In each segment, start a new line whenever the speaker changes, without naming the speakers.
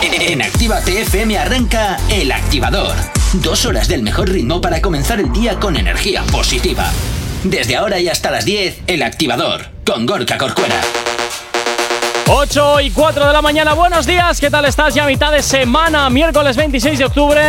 En Activa TFM arranca El Activador. Dos horas del mejor ritmo para comenzar el día con energía positiva. Desde ahora y hasta las 10, El Activador, con Gorka Corcuera.
8 y 4 de la mañana, buenos días, ¿qué tal estás? Ya mitad de semana, miércoles 26 de octubre.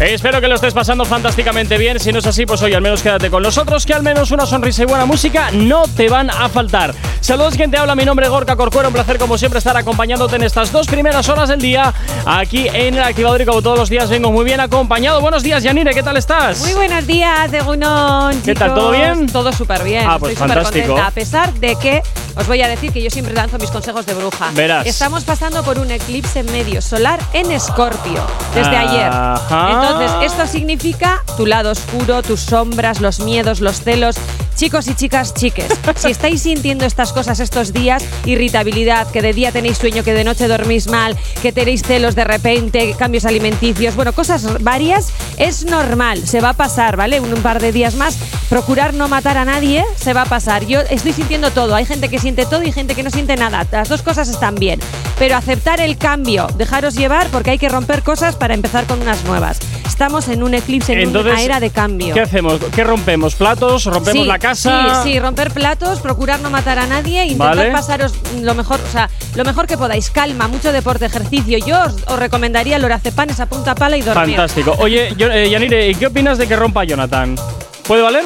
Espero que lo estés pasando fantásticamente bien, si no es así, pues hoy al menos quédate con nosotros, que al menos una sonrisa y buena música no te van a faltar. Saludos, quien te habla, mi nombre es Gorka Corcuero, un placer como siempre estar acompañándote en estas dos primeras horas del día aquí en el activador y como todos los días vengo muy bien acompañado. Buenos días, Yanire, ¿qué tal estás?
Muy buenos días, Egunon.
¿Qué tal, todo
chicos.
bien?
Todo súper bien.
Ah, pues
Estoy
fantástico.
supercontenta, A pesar de que os voy a decir que yo siempre lanzo mis consejos de bruja.
Verás.
Estamos pasando por un eclipse medio solar en Escorpio desde
Ajá.
ayer. Entonces, esto significa tu lado oscuro, tus sombras, los miedos, los celos. Chicos y chicas, chiques, si estáis sintiendo estas cosas estos días, irritabilidad, que de día tenéis sueño, que de noche dormís mal, que tenéis celos de repente, cambios alimenticios, bueno, cosas varias, es normal, se va a pasar, ¿vale? Un, un par de días más. Procurar no matar a nadie se va a pasar. Yo estoy sintiendo todo, hay gente que siente todo y gente que no siente nada. Las dos cosas están bien, pero aceptar el cambio, dejaros llevar porque hay que romper cosas para empezar con unas nuevas. Estamos en un eclipse, en una era de cambio.
¿Qué hacemos? ¿Qué rompemos? ¿Platos? ¿Rompemos
Sí,
la casa?
Sí, sí, romper platos, procurar no matar a nadie, intentar
Vale.
pasaros lo mejor, o sea, lo mejor que podáis. Calma, mucho deporte, ejercicio. Yo os, os recomendaría el lorazepam, esa punta pala y dormir.
Fantástico. Oye, yo- eh, Yanire, ¿y ¿qué opinas de que rompa Jonathan? ¿Puede valer?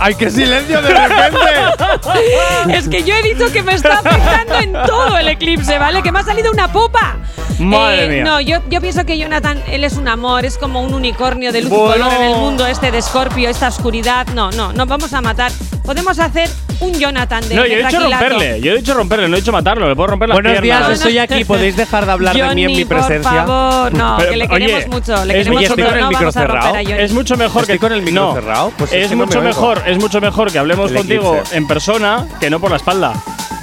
¡Ay, qué silencio de repente!
Es que yo he dicho que me está afectando en todo el eclipse, ¿vale? Que me ha salido una popa. Eh,
Madre mía.
No, yo, yo pienso que Jonathan, él es un amor, es como un unicornio de luz y
Bueno.
color en el mundo este de Escorpio, esta oscuridad. No, no, nos vamos a matar. Podemos hacer un Jonathan de
No, yo he dicho
metraquilato.
romperle. Yo he dicho romperle, no he dicho matarlo. Le puedo romper las
Buenos días,
piernas.
estoy aquí. ¿Podéis dejar de hablar de mí en
Johnny,
mi presencia?
Por favor, no,
Pero,
que le
oye,
queremos mucho. Le
es
queremos
muy-
mucho,
estoy
pero
con el
no
micro
vamos a romper
cerrado.
a Johnny.
Es mucho mejor
¿Estoy
que
con el micro
no.
cerrado? Pues
es
es que no
mucho
me oigo.
mejor, es mucho mejor que hablemos
El
contigo
eclipse.
en persona que no por la espalda.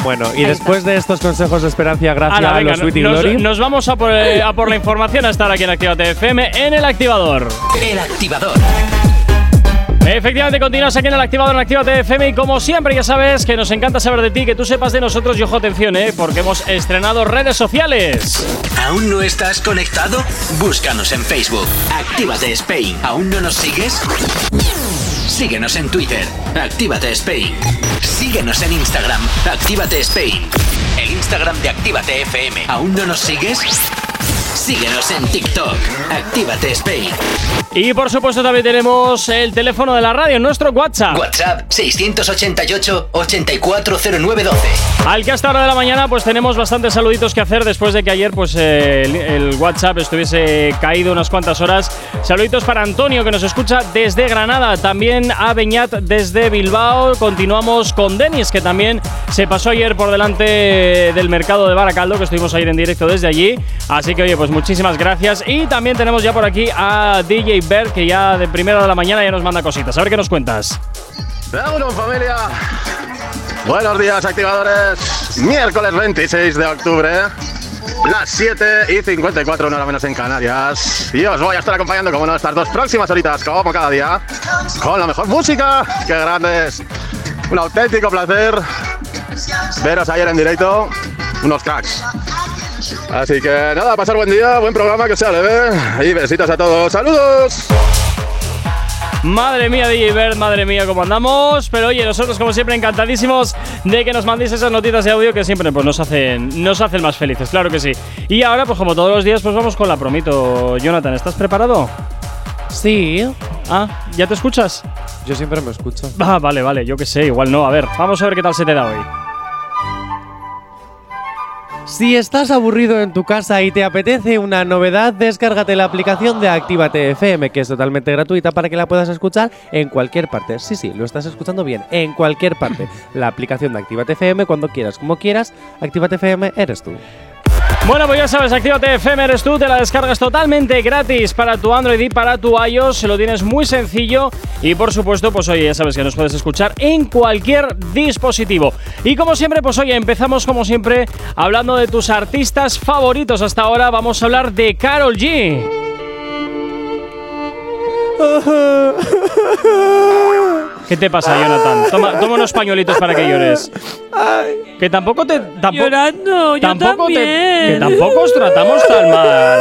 Bueno, y
Ahí
después de estos consejos de Esperanza, gracias
Ala,
a
venga,
los Sweetie
nos,
Glory.
nos vamos a por, eh, a por la información a estar aquí en Activa FM en el activador.
El Activador.
Efectivamente, continúas aquí en el activador en Actívate FM y como siempre ya sabes que nos encanta saber de ti, que tú sepas de nosotros y ojo atención, ¿eh? porque hemos estrenado redes sociales.
¿Aún no estás conectado? Búscanos en Facebook. Actívate Spain. ¿Aún no nos sigues? Síguenos en Twitter. Actívate Spain. Síguenos en Instagram. Actívate Spain. El Instagram de Actívate FM. ¿Aún no nos sigues? Síguenos en TikTok. Actívate Spain.
Y por supuesto también tenemos el teléfono de la radio, nuestro WhatsApp,
WhatsApp 688 840912.
al que hasta hora de la mañana pues tenemos bastantes saluditos que hacer después de que ayer pues eh, el, el WhatsApp estuviese caído unas cuantas horas. Saluditos para Antonio que nos escucha desde Granada, también a Beñat desde Bilbao. Continuamos con Denis que también se pasó ayer por delante del mercado de Baracaldo que estuvimos ayer en directo desde allí. Así que oye pues muchísimas gracias y también tenemos ya por aquí a DJ Bert que ya de primera de la mañana ya nos manda cositas. A ver qué nos cuentas.
¡Vámonos, familia! Buenos días, activadores. Miércoles 26 de octubre, las 7 y 54, una hora menos en Canarias. Y os voy a estar acompañando, como no, estas dos próximas horitas, como cada día, con la mejor música. ¡Qué grandes! Un auténtico placer veros ayer en directo, unos cracks. Así que nada, pasar buen día, buen programa, que sea leve. Y besitos a todos. ¡Saludos!
Madre mía, DJ Bird, madre mía, cómo andamos. Pero oye, nosotros como siempre encantadísimos de que nos mandéis esas noticias de audio que siempre pues, nos, hacen, nos hacen más felices, claro que sí. Y ahora, pues como todos los días, pues vamos con la promito. Jonathan, ¿estás preparado?
Sí.
Ah, ¿ya te escuchas?
Yo siempre me escucho.
Ah, vale, vale, yo que sé, igual no. A ver, vamos a ver qué tal se te da hoy.
Si estás aburrido en tu casa y te apetece una novedad, descárgate la aplicación de Actívate FM, que es totalmente gratuita para que la puedas escuchar en cualquier parte. Sí, sí, lo estás escuchando bien, en cualquier parte. La aplicación de Actívate FM, cuando quieras, como quieras, Actívate FM eres tú.
Bueno, pues ya sabes, Actívate FM eres tú, te la descargas totalmente gratis para tu Android y para tu iOS, lo tienes muy sencillo y por supuesto, pues oye, ya sabes que nos puedes escuchar en cualquier dispositivo. Y como siempre, pues oye, empezamos como siempre hablando de tus artistas favoritos. Hasta ahora vamos a hablar de Carol G. ¿Qué te pasa, Jonathan? Toma, toma unos pañuelitos para que llores. Que tampoco te. Tampoco,
Llorando, yo
tampoco te-
también.
que tampoco os tratamos tan mal.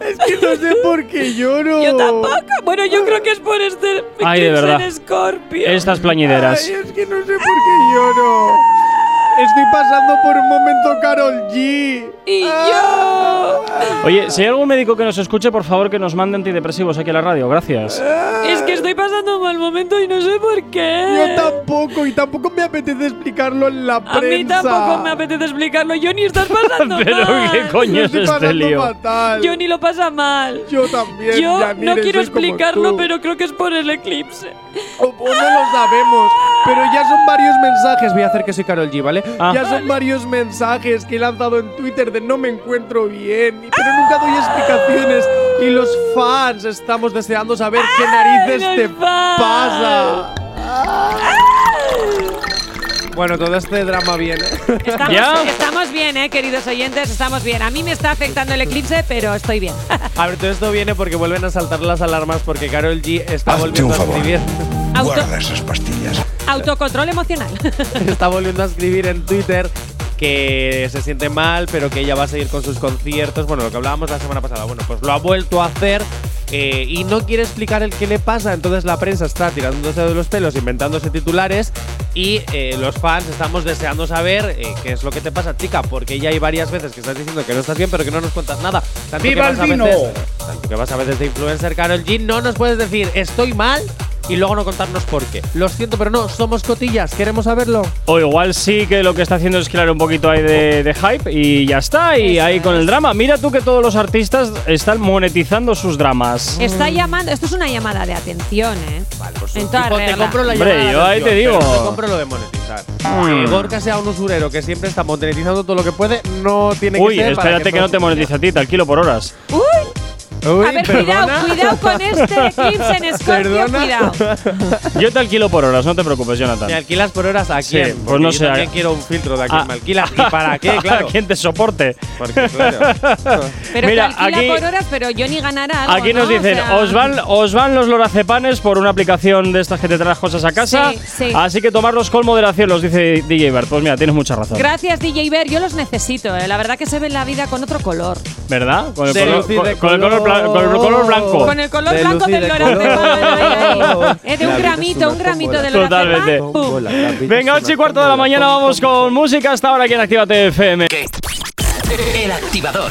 Es que no sé por qué lloro.
Yo tampoco. Bueno, yo creo que es por este
Ay, de verdad.
Crimson Scorpio.
Estas plañideras.
Ay, es que no sé por qué lloro. Estoy pasando por un momento Carol G.
Y yo.
Ah.
Oye, si hay algún médico que nos escuche, por favor que nos mande antidepresivos aquí a la radio. Gracias.
Es que estoy pasando un mal momento y no sé por qué.
Yo tampoco, y tampoco me apetece explicarlo en la
A mí
prensa.
tampoco me apetece explicarlo. Johnny, estás pasando
Pero
mal.
qué coño
Yo
es
estoy
este
pasando
lío.
fatal.
Johnny lo pasa mal.
Yo también.
Yo
Yanire,
no quiero
soy como
explicarlo,
tú.
pero creo que es por el eclipse.
O, o no lo sabemos, pero ya son varios mensajes. Voy a hacer que soy Carol G, ¿vale?
Ah.
Ya son varios mensajes que he lanzado en Twitter de no me encuentro bien, y- pero nunca doy explicaciones. Y los fans estamos deseando saber qué narices
los
te
fans.
pasa. Bueno, todo este drama viene.
Estamos,
¿Ya?
estamos bien, ¿eh, queridos oyentes, estamos bien. A mí me está afectando el eclipse, pero estoy bien.
A ver, todo esto viene porque vuelven a saltar las alarmas porque Carol G está
Hazte
volviendo
un
a
favor.
escribir.
Auto-
Guarda esas pastillas.
autocontrol emocional.
está volviendo a escribir en Twitter que se siente mal, pero que ella va a seguir con sus conciertos. Bueno, lo que hablábamos la semana pasada. Bueno, pues lo ha vuelto a hacer eh, y no quiere explicar el qué le pasa. Entonces la prensa está tirándose de los pelos, inventándose titulares y eh, los fans estamos deseando saber eh, qué es lo que te pasa, chica, porque ya hay varias veces que estás diciendo que no estás bien, pero que no nos cuentas nada. Tanto
¡Viva
que vas
el vino!
A veces, tanto que vas a veces de influencer Carol G, no nos puedes decir estoy mal. Y luego no contarnos por qué. Lo siento, pero no, somos cotillas, queremos saberlo.
O igual sí que lo que está haciendo es crear un poquito ahí de, de hype y ya está, y ahí con el drama. Mira tú que todos los artistas están monetizando sus dramas.
Está
Mm.
llamando, esto es una llamada de atención, ¿eh? en toda
Tipo, te
regla.
compro la
Hombre,
llamada de
yo ahí te
atención,
digo. Hmm.
pero Te compro lo de monetizar. Que Gorka sea un usurero que siempre está monetizando todo lo que puede, no tiene
Uy,
que ser. para
espérate que no te monetiza a ti, te alquilo por horas.
Uy,
Uy,
a ver,
perdona.
cuidado, cuidado con este eclipse en Escorpio,
Perdona.
cuidado.
Yo te alquilo por horas, no te preocupes,
¿Me
Jonathan.
alquilas por horas a
Sí,
quién?
pues
Porque
no
yo
sé,
también
a-
quiero un filtro de a quién
Ah.
me alquilas. ¿Y para qué? Claro.
¿A quién te soporte?
Porque, claro.
Pero
Mira,
te alquila
aquí-
por horas, pero Johnny ganará algo,
Aquí nos
¿no? O
dicen,
sea-
os van, os van los loracepanes por una aplicación de estas que te traes cosas a casa,
Sí, sí.
así que tomarlos con moderación, los dice DJ Bart. Pues mira, tienes mucha razón.
Gracias, DJ Ver, yo los necesito, ¿eh? La verdad que se ve la vida con otro color.
¿Verdad? Con el,
De
color,
luz y
con-
de
con el color blan- con el
color.
color blanco.
Con el color
De
blanco
luz y
del ¿eh?
de
lorazepam.
color.
Es Eh, de
La vida
un
es
gramito,
una
un gramito
tómbola.
de lorazepam.
Totalmente.
pum.
Venga, 8 y cuarto de la mañana, vamos con música hasta ahora aquí en Actívate FM.
El activador.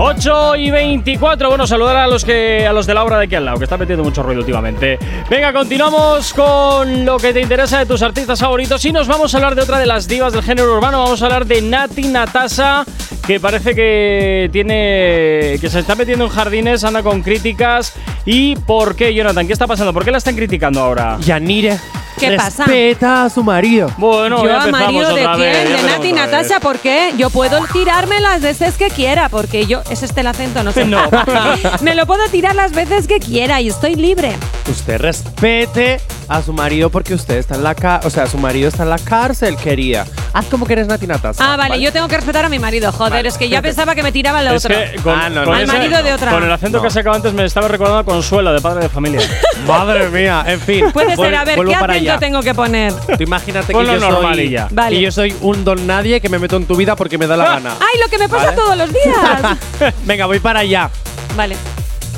8 y 24. Bueno, saludar a los que a los de la obra de aquí al lado, que está metiendo mucho ruido últimamente. Venga, continuamos con lo que te interesa de tus artistas favoritos y nos vamos a hablar de otra de las divas del género urbano. Vamos a hablar de Nati Natasa, que parece que tiene que se está metiendo en jardines, anda con críticas y ¿por qué, Jonathan? ¿Qué está pasando? ¿Por qué la están criticando ahora?
Yanire.
¿Qué pasa?
Respeta a su marido.
Bueno,
yo
ya
a
empezamos
marido de
otra vez, ya
quién, de
empezamos
Nati
otra vez.
Natasha, porque yo puedo tirarme las veces que quiera, porque yo es este el acento, no sé.
No.
Me lo puedo tirar las veces que quiera y estoy libre.
Usted respete a su marido porque usted está en la ca o sea, su marido está en la cárcel, quería. Haz como que eres Natinatas.
Ah, vale, yo tengo que respetar a mi marido. Joder,
Vale.
es que ya pensaba que me tiraba al
Es
otro.
que con,
Ah, no,
con
no,
Al
ese-
marido de otra.
con el acento
No.
que sacaba antes me estaba recordando a Consuela, de padre de familia.
Madre mía, en fin.
Puede ser,
Vuel-
a ver,
vuelvo
¿qué
para
acento
allá.
tengo que poner?
Tú imagínate que
Ponlo
yo,
normal y
soy,
ya.
Vale.
que yo soy un don nadie que me meto en tu vida porque me da la gana.
¡Ay, lo que me pasa
Vale.
todos los días!
Venga, voy para allá.
vale.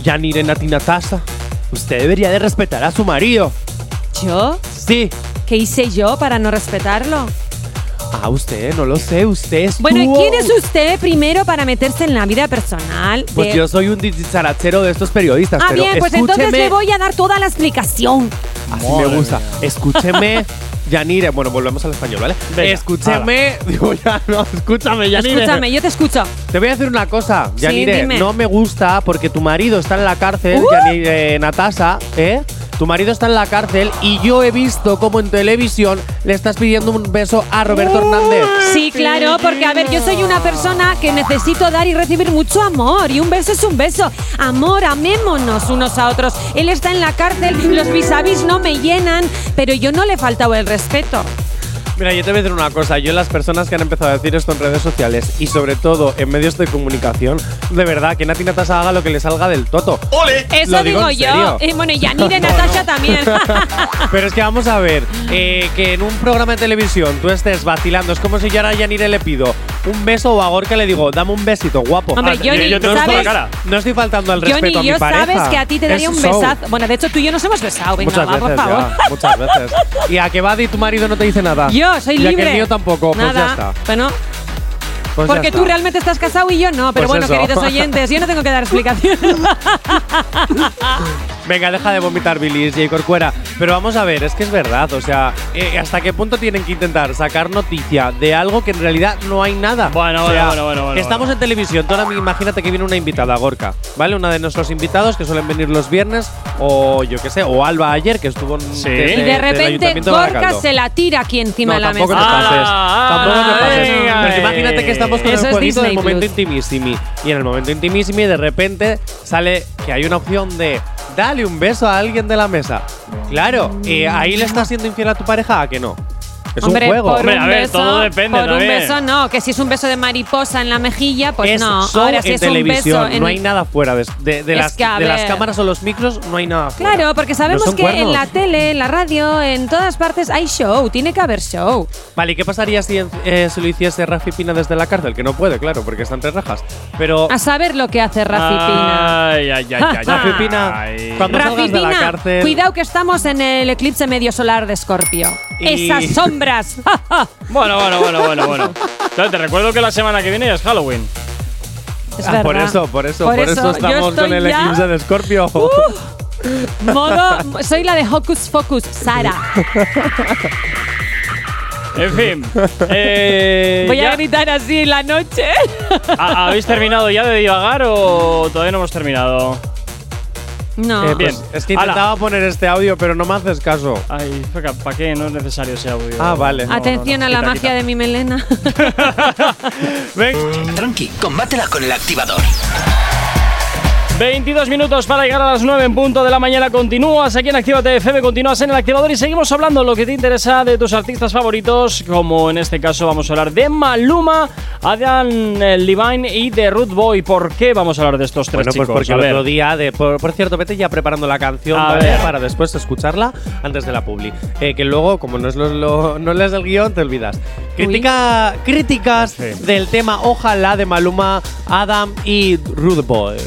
Yanire Natinatasa, usted debería de respetar a su marido.
¿Yo?
Sí.
¿Qué hice yo para no respetarlo?
Ah, usted, no lo sé, usted es
Bueno, ¿y quién es usted primero para meterse en la vida personal? de-
Pues yo soy un dicharachero de estos periodistas,
ah,
pero
bien, pues entonces
escúcheme.
le voy a dar toda la explicación.
Así me gusta. Escúcheme, Yanire. Bueno, volvemos al español, ¿vale?
Venga,
escúcheme. Digo, ya no, escúchame, Yanire.
Escúchame, yo te escucho.
Te voy a decir una cosa,
Sí,
Yanire.
dime.
no me gusta porque tu marido está en la cárcel,
Uh.
Yanire Natasa, ¿eh? Tu marido está en la cárcel y yo he visto cómo en televisión le estás pidiendo un beso a
Uh.
Roberto Hernández.
Sí, claro, porque a ver, yo soy una persona que necesito dar y recibir mucho amor. Y un beso es un beso. Amor, amémonos unos a otros. Él está en la cárcel, los vis a vis no me llenan, pero yo no le he faltado el respeto.
Mira, yo te voy a decir una cosa. Yo las personas que han empezado a decir esto en redes sociales y sobre todo en medios de comunicación, de verdad, que Nati Natasha haga lo que le salga del toto.
¡Ole!
Eso
Eh, Lo digo
digo,
en
yo.
serio.
Y bueno, y Yanni de Natasha también.
Pero es que vamos a ver, eh, que en un programa de televisión tú estés vacilando, es como si yo ahora a Yanire le pido un beso o a Gorka le digo, dame un besito, guapo.
Hombre,
Ah,
Johnny,
yo te busco la
¿sabes?
cara.
no estoy faltando al
Johnny,
respeto a mi
yo
pareja.
sabes que a ti te
Es
daría un
show.
besazo. Bueno, de hecho tú y yo nos hemos besado. Venga,
Muchas
va,
veces,
por favor.
ya, muchas veces. Y a que va y tu marido no te dice nada.
Yo soy
Y a
libre.
que el mío tampoco, pues
Nada.
ya está.
Bueno,
Pues ya
porque
está.
tú realmente estás casado y yo no. Pero
Pues
bueno,
eso.
queridos oyentes, yo no tengo que dar explicación.
Venga, deja de vomitar bilis, J. Corcuera. Pero vamos a ver, es que es verdad. O sea, eh, ¿hasta qué punto tienen que intentar sacar noticia de algo que en realidad no hay nada?
Bueno,
O
bueno,
sea,
bueno, bueno, bueno,
Estamos en televisión. Tú ahora mi- imagínate que viene una invitada, Gorka, ¿vale? Una de nuestros invitados que suelen venir los viernes o yo qué sé, o Alba ayer que estuvo en,
Sí.
Eh, desde-
Y
y
de
de
del
repente
Ayuntamiento de
Gorka
Baracaldo.
se la tira aquí encima
No,
de la
tampoco te
mesa.
pases.
¡Ala,
tampoco
ala,
te pases.
venga,
Porque
eh!
imagínate que estamos con
Eso es
el jueguito
Disney
del momento
Plus.
intimísimi. Y en el momento intimísimi, de repente, sale que hay una opción de dale un beso a alguien de la mesa. Claro, eh, ahí le estás siendo infiel a tu pareja, ¿a que no? Es
Hombre,
un juego.
por
Hombre,
un
a ver,
beso,
todo depende
Por un
también.
beso no, que si es un beso de mariposa en la mejilla, pues
es
no.
show
Ahora si
en
es un
televisión,
beso en
no hay nada fuera de, de- de
Es
las,
que, a
de las
ver.
cámaras o los micros, no hay nada fuera.
Claro, porque
No
sabemos
son
que en
cuernos.
la tele, en la radio, en todas partes hay show, tiene que haber show.
Vale, ¿y qué pasaría si eh, se lo hiciese Rafi Pina desde la cárcel? Que no puede, claro, porque está entre rajas. Pero
A saber lo que
Ah,
hace Rafi Pina.
Ay, ay, ay, ay,
Rafi
ay.
Pina,
Ay.
cuando
Rafi
salgas de la
Pina,
cárcel.
cuidado que estamos en el eclipse medio solar de Escorpio.
Y- Ah,
Esas sombras.
Bueno, bueno, bueno, bueno, bueno. Claro, te recuerdo que la semana que viene ya es Halloween.
Es
Ah,
verdad.
por eso, por eso, por, eso,
yo
estamos
estoy
con el
ya Uh.
eclipse de Escorpio.
Modo, soy la de Hocus Focus, Sara.
En fin. eh,
Voy
ya-
a gritar así en la noche.
¿Ha- ¿Habéis terminado ya de divagar o todavía no hemos terminado?
No.
Eh,
Bien.
pues, es que
Ala.
intentaba poner este audio, pero no me haces caso.
Ay, ¿para qué? No es necesario ese audio.
Ah, vale.
No, no, no.
Atención a la
Quita,
magia
quita.
de mi melena.
Ven.
Tranqui, combátela con el activador.
22 minutos para llegar a las 9 en punto de la mañana. Continúas aquí en Actívate FM, continúas en el activador y seguimos hablando lo que te interesa de tus artistas favoritos, como en este caso vamos a hablar de Maluma, Adam eh, Levine y de Ruth Boy. ¿Por qué vamos a hablar de estos tres
Bueno, pues
chicos?
porque
A
el
ver.
otro día, de, por, por cierto, vete ya preparando la canción
A
¿vale?
ver.
para después escucharla antes de la publi. Eh, que luego, como no, es lo- lo- no lees el guión, te olvidas. Crítica, críticas
Sí.
del tema Ojalá de Maluma, Adam y Rude Boy.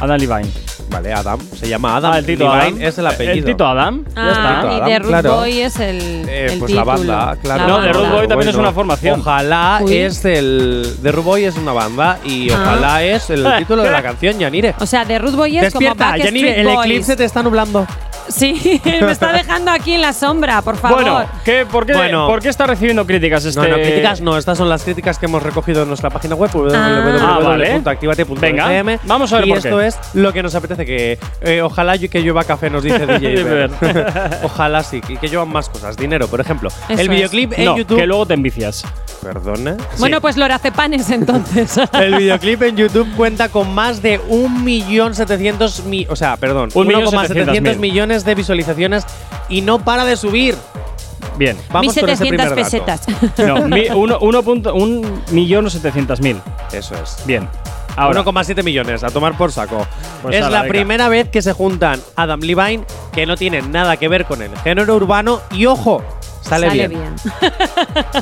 Adam Levine.
Vale, Adam. Se llama Adam.
Ah, el Tito
Levine
Adam.
es el
Eh,
apellido.
El Tito Adam. Ya
Ah,
está.
Adam,
y de Rude
claro.
Boy es el,
Eh,
el
pues
título.
la banda, claro.
La
No, de
banda.
Rude Boy también es una formación.
Ojalá
Uy.
es el. De Rude Boy es una banda y
Ah.
ojalá es el título de la canción, Yanire.
O sea, de Rude Boy es como
Despierta,
Backstreet
Yanire, el
Boys.
eclipse te está nublando.
Sí, me está dejando aquí en la sombra, por favor.
Bueno, ¿qué, por, qué,
Bueno.
por qué está recibiendo críticas este
No, no, críticas no, estas son las críticas que hemos recogido en nuestra página web
Ah.
www.activate.fm
Venga, vamos a ver
Y
por
esto
qué.
es lo que nos apetece que eh, ojalá yo- que llueva café nos dice DJ Iber.
Iber.
Ojalá sí, que, que lluevan más cosas, dinero, por ejemplo.
Eso
el
es.
videoclip en
No,
YouTube
que luego te envicias.
Perdone.
Bueno, pues Loracepanes entonces.
El videoclip en YouTube cuenta con más de 1.700.000, mi- o sea, perdón,
1.700.000.
1,700 millones de visualizaciones y no para de subir.
Bien.
Vamos con ese
1700
primer dato.
pesetas.
No, mi- uno- uno punto- un millón setecientas mil.
Eso es.
Bien. Ahora.
1,7 millones, a tomar por saco.
Pues
es
ala,
la
venga.
primera vez que se juntan Adam Levine, que no tiene nada que ver con el género urbano, y ojo, sale, bien.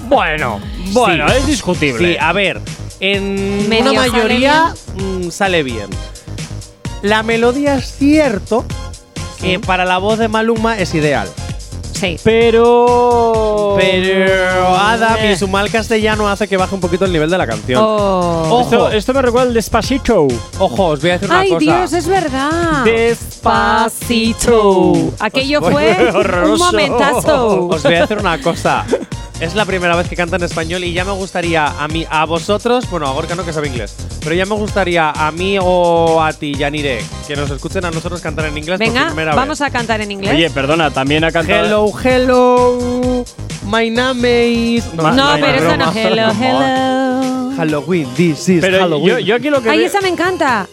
Bueno, bueno,
Sí.
es discutible.
Sí, a ver, en
Medio
una
sale
mayoría mm, sale bien. La melodía es cierto que para la voz de Maluma es ideal.
Sí.
pero.
Pero Adam
Eh.
y su mal castellano hace que baje un poquito el nivel de la canción.
Oh.
Ojo.
Esto, esto me recuerda al despacito.
Ojo, os voy a decir una
Ay,
cosa.
Dios, es verdad.
Despacito.
Aquello
Os voy-
fue un
Horroroso.
momentazo.
Os voy a decir una cosa. Es la primera vez que canta en español y ya me gustaría a mí, a vosotros, bueno, a Gorka no que sabe inglés, pero ya me gustaría a mí o a ti, Yanire, que nos escuchen a nosotros cantar en inglés por
Venga,
primera
vamos
vez.
a cantar en inglés.
Oye, perdona, también ha cantado.
Hello, hello, my name is.
no,
no,
pero
no,
eso
broma.
no. Hello, hello.
Halloween, this is
Pero
Halloween.
yo, yo aquí lo que.
Ay,
veo-
esa me encanta.